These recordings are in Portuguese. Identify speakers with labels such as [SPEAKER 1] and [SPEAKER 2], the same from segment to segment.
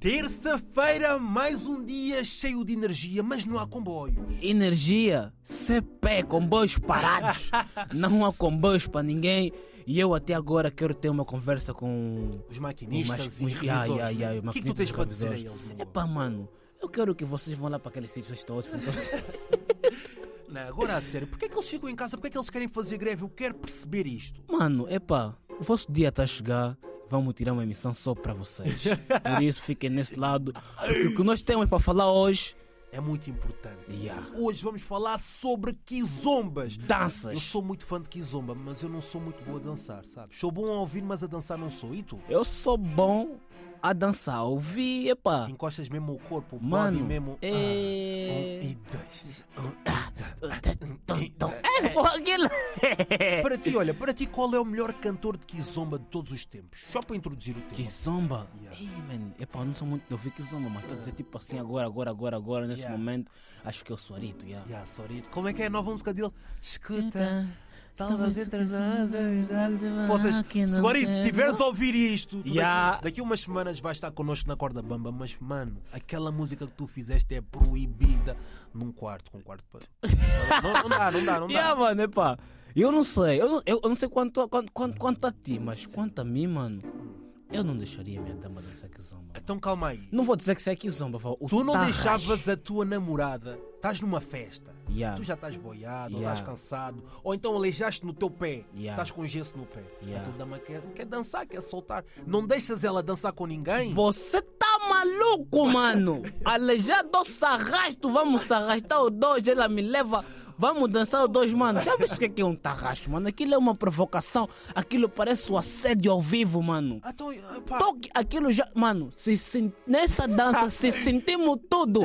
[SPEAKER 1] Terça-feira, mais um dia cheio de energia, mas não há comboios.
[SPEAKER 2] Energia, CP, comboios parados. Não há comboios para ninguém. E eu até agora quero ter uma conversa com. um.
[SPEAKER 1] Os maquinistas
[SPEAKER 2] Mas-
[SPEAKER 1] e os
[SPEAKER 2] mas- yeah,
[SPEAKER 1] revisores,
[SPEAKER 2] yeah,
[SPEAKER 1] né?
[SPEAKER 2] yeah,
[SPEAKER 1] O que é que tu
[SPEAKER 2] maquinistas
[SPEAKER 1] tens
[SPEAKER 2] e
[SPEAKER 1] para dizer a
[SPEAKER 2] revisores.
[SPEAKER 1] eles, meu
[SPEAKER 2] Epá, mano, eu quero que vocês vão lá para aqueles sítios todos. porque-
[SPEAKER 1] Não, agora a sério, porquê é que eles ficam em casa? Porquê é que eles querem fazer greve? Eu quero perceber isto.
[SPEAKER 2] Mano, epá, o vosso dia está a chegar. Vamos tirar uma emissão só para vocês. Por isso, fiquem nesse lado. Porque o que nós temos para falar hoje.
[SPEAKER 1] É muito importante.
[SPEAKER 2] Yeah,
[SPEAKER 1] Hoje vamos falar sobre quizombas.
[SPEAKER 2] danças.
[SPEAKER 1] Eu sou muito fã de quizomba, mas eu não sou muito boa a dançar, sabes? Sou bom a ouvir, mas a dançar não sou. E tu?
[SPEAKER 2] Eu sou bom a dançar. Ouvi, epá.
[SPEAKER 1] Encostas mesmo o corpo, o body
[SPEAKER 2] Ah. Mano,
[SPEAKER 1] mesmo.
[SPEAKER 2] é-
[SPEAKER 1] Ah, um e dois. Um e dois. então,
[SPEAKER 2] É, porra, aquilo. É.
[SPEAKER 1] Para ti, olha, para ti qual é o melhor cantor de Kizomba de todos os tempos? Só para introduzir o tema.
[SPEAKER 2] Kizomba.
[SPEAKER 1] Yeah.
[SPEAKER 2] Ei, man. Epá, eu não sou muito de ouvir Kizomba, mas estou a dizer tipo assim agora, agora, agora, agora, nesse
[SPEAKER 1] Yeah.
[SPEAKER 2] momento, acho que eu sou arito, yeah.
[SPEAKER 1] Yeah, sorry. Como é que é a nova música dele? Escuta,
[SPEAKER 2] Puta,
[SPEAKER 1] talvez entre as amizades.
[SPEAKER 2] de
[SPEAKER 1] Vocês,
[SPEAKER 2] lá que não
[SPEAKER 1] Suarito, se
[SPEAKER 2] tem-
[SPEAKER 1] tiveres a ouvir isto, tu
[SPEAKER 2] Yeah.
[SPEAKER 1] daqui, daqui umas semanas vais estar connosco na corda bamba, mas mano, aquela música que tu fizeste é proibida num quarto, com um quarto para. não, não dá, não dá, não dá.
[SPEAKER 2] Yeah, mano, epá. Eu não sei, eu não, eu, eu não sei quanto, quanto, quanto, quanto a ti, mas quanto a mim, mano, eu não deixaria a minha dama dançar Kizomba. mano.
[SPEAKER 1] Então calma aí.
[SPEAKER 2] Não vou dizer que isso é Kizomba, vá, o
[SPEAKER 1] Tu não
[SPEAKER 2] Tarras.
[SPEAKER 1] deixavas a tua namorada, estás numa festa,
[SPEAKER 2] Yeah.
[SPEAKER 1] tu já estás boiado, ou
[SPEAKER 2] Yeah.
[SPEAKER 1] estás cansado, ou então aleijaste no teu pé,
[SPEAKER 2] Yeah.
[SPEAKER 1] estás com gesso no pé. É
[SPEAKER 2] Yeah.
[SPEAKER 1] A tua dama quer, quer dançar, quer soltar. Não deixas ela dançar com ninguém?
[SPEAKER 2] Você tá maluco, mano? Aleijado ou se arrasto, vamos se arrastar o dois, ela me leva, vamos dançar o dois, mano. Sabe isso que é que é um tarrasto, mano? Aquilo é uma provocação, aquilo parece o assédio ao vivo, mano.
[SPEAKER 1] Ah, Então, pá,
[SPEAKER 2] Toque, aquilo já. Mano, se, sen- nessa dança, se sentimos tudo,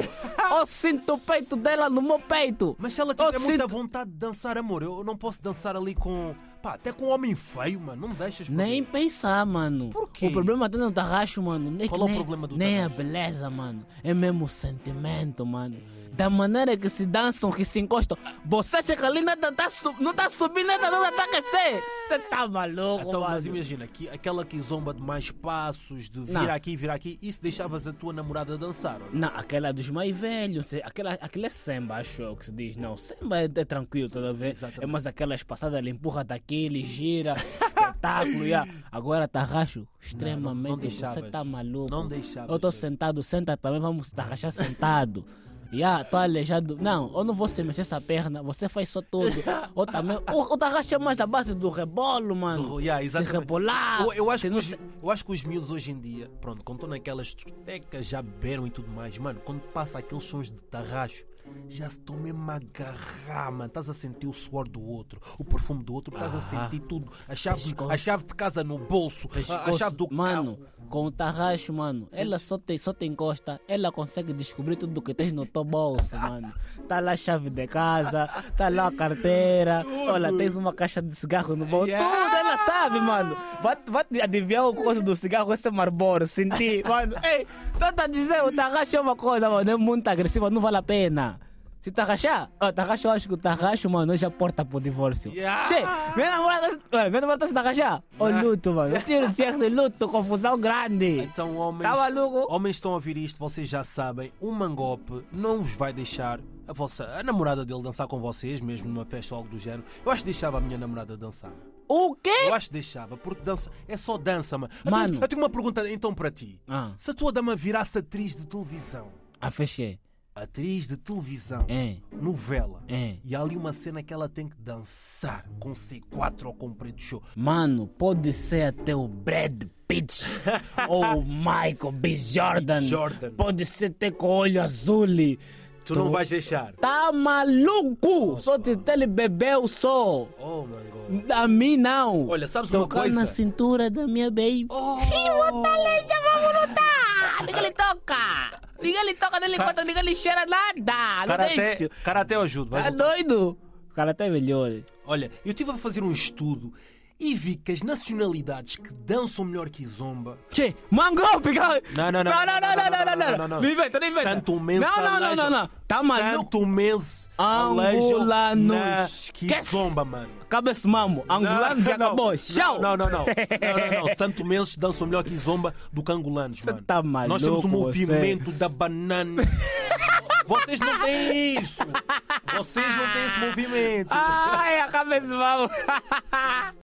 [SPEAKER 2] eu sinto o peito dela no meu peito.
[SPEAKER 1] mas se ela
[SPEAKER 2] eu
[SPEAKER 1] tiver muita
[SPEAKER 2] sinto-
[SPEAKER 1] vontade de dançar, amor, eu eu não posso dançar ali com. Pá, até com um homem feio, mano. Não deixas por
[SPEAKER 2] Nem
[SPEAKER 1] mim.
[SPEAKER 2] pensar, mano.
[SPEAKER 1] Por quê?
[SPEAKER 2] O problema tá no tarraxo, mano. Nem,
[SPEAKER 1] Qual é o
[SPEAKER 2] nem-
[SPEAKER 1] problema do
[SPEAKER 2] Nem
[SPEAKER 1] tarraxo?
[SPEAKER 2] a beleza, mano. É mesmo o sentimento, mano. Da maneira que se dançam, que se encostam. Você acha que ali nada tá su- não tá subindo, nada não tá crescendo. Você tá maluco,
[SPEAKER 1] Então, mas
[SPEAKER 2] mano.
[SPEAKER 1] imagina, que, aquela que zomba de mais passos, de vir
[SPEAKER 2] Não.
[SPEAKER 1] aqui, vir aqui, isso deixavas a tua namorada dançar, olha.
[SPEAKER 2] Não, aquela dos mais velhos, se- aquela, aquela é samba, acho eu que se diz. Não, samba é, é tranquilo, toda vez.
[SPEAKER 1] Exatamente.
[SPEAKER 2] É mais aquelas passadas, ele empurra daquele, gira, espetáculo, yeah. Agora tarraxo, extremamente.
[SPEAKER 1] deixavas.
[SPEAKER 2] você tá maluco.
[SPEAKER 1] Não deixavas
[SPEAKER 2] Eu tô
[SPEAKER 1] mesmo.
[SPEAKER 2] sentado, senta também, vamos tarraxar sentado. Yeah, tô aleijado. Não, eu não vou se mexer essa perna, você faz só tudo. Ou também. O, o tarraxo é mais da base do rebolo, mano.
[SPEAKER 1] Do- yeah,
[SPEAKER 2] se
[SPEAKER 1] exatamente.
[SPEAKER 2] rebolar.
[SPEAKER 1] Eu, eu acho
[SPEAKER 2] se
[SPEAKER 1] que
[SPEAKER 2] não
[SPEAKER 1] os,
[SPEAKER 2] se-
[SPEAKER 1] eu acho que os miúdos hoje em dia, pronto, quando estão naquelas discotecas, já beberam e tudo mais, mano, quando passa aqueles sons de tarraxo, já se estão mesmo a agarrar, mano. Estás a sentir o suor do outro, o perfume do outro, estás a
[SPEAKER 2] Ah,
[SPEAKER 1] sentir tudo. A chave,
[SPEAKER 2] pescoço.
[SPEAKER 1] a chave de casa no bolso, a- a
[SPEAKER 2] pescoço.
[SPEAKER 1] chave do
[SPEAKER 2] mano,
[SPEAKER 1] carro.
[SPEAKER 2] com o tarraxo, mano, ela só te, só te encosta, ela consegue descobrir tudo o que tens no teu bolso, mano. Tá lá a chave de casa, tá lá a carteira, olha, tens uma caixa de cigarro no bolso,
[SPEAKER 1] Yeah.
[SPEAKER 2] tudo ela sabe, mano. Vai, vai te adivinhar o coisa do cigarro, esse Marlboro, senti, mano. Ei, tanto a dizer, o tarraxo é uma coisa, mano, é muito agressiva, não vale a pena. Se tarraxar, ó, tarraxo, eu acho que o tarraxo, mano, hoje é a porta pro divórcio.
[SPEAKER 1] Yeah. Ah.
[SPEAKER 2] Che, minha namorada, olha, minha namorada se tarraxar, ó, luto, mano. Tiro de erro de luto, confusão grande.
[SPEAKER 1] Então, homens,
[SPEAKER 2] Tá maluco?
[SPEAKER 1] homens estão a ouvir isto, vocês já sabem, o Mangope não vos vai deixar a vossa a namorada dele dançar com vocês, mesmo numa festa ou algo do género. Eu acho que deixava a minha namorada dançar.
[SPEAKER 2] O quê?
[SPEAKER 1] Eu acho que deixava, porque dança é só dança, mano. Eu
[SPEAKER 2] Mano.
[SPEAKER 1] tenho- Eu tenho uma pergunta então para ti.
[SPEAKER 2] Ah,
[SPEAKER 1] Se a tua dama virasse atriz de televisão,
[SPEAKER 2] ah, fechei.
[SPEAKER 1] atriz de televisão,
[SPEAKER 2] É,
[SPEAKER 1] novela,
[SPEAKER 2] é.
[SPEAKER 1] e há ali uma cena que ela tem que dançar com C4 ou com preto show.
[SPEAKER 2] Mano, pode ser até o Brad Pitt ou o Michael B. Jordan.
[SPEAKER 1] Jordan.
[SPEAKER 2] Pode ser até com olho azul.
[SPEAKER 1] Tu não vais deixar.
[SPEAKER 2] Tá maluco? Só te tele bebeu só.
[SPEAKER 1] Oh, mango.
[SPEAKER 2] A mim não.
[SPEAKER 1] Olha, sabes uma
[SPEAKER 2] Tocar
[SPEAKER 1] coisa?
[SPEAKER 2] na cintura da minha baby.
[SPEAKER 1] Oh!
[SPEAKER 2] Já vamos lutar! Ninguém lhe toca! Ninguém lhe toca, nem lhe conta, ninguém lhe cheira nada! Não é
[SPEAKER 1] Karate,
[SPEAKER 2] isso?
[SPEAKER 1] karate eu ajudo. vais
[SPEAKER 2] Tá
[SPEAKER 1] lutar.
[SPEAKER 2] doido? O cara até melhor.
[SPEAKER 1] Olha, eu estive a fazer um estudo Ívicas, nacionalidades que dançam melhor que Zomba.
[SPEAKER 2] Che, mango, pica.
[SPEAKER 1] Não, não, não.
[SPEAKER 2] Não, não, não, não, não, não, não, não. Não inventa, não inventa.
[SPEAKER 1] Santo Mense
[SPEAKER 2] Não, não, não, não, não. Tá maluco.
[SPEAKER 1] Santo Mense
[SPEAKER 2] Angolanos.
[SPEAKER 1] Que
[SPEAKER 2] Esquece.
[SPEAKER 1] Zomba, mano.
[SPEAKER 2] Acaba esse mambo. Angolanos e
[SPEAKER 1] Não,
[SPEAKER 2] acabou.
[SPEAKER 1] não,
[SPEAKER 2] Tchau.
[SPEAKER 1] Não, não, não. não, não, não. Santo Menses dançam melhor que Zomba do que angolanos,
[SPEAKER 2] Você
[SPEAKER 1] mano.
[SPEAKER 2] tá
[SPEAKER 1] Nós temos
[SPEAKER 2] maluco,
[SPEAKER 1] o movimento da banana. Vocês não têm isso. Vocês não têm esse movimento.
[SPEAKER 2] Ai, acaba esse mambo.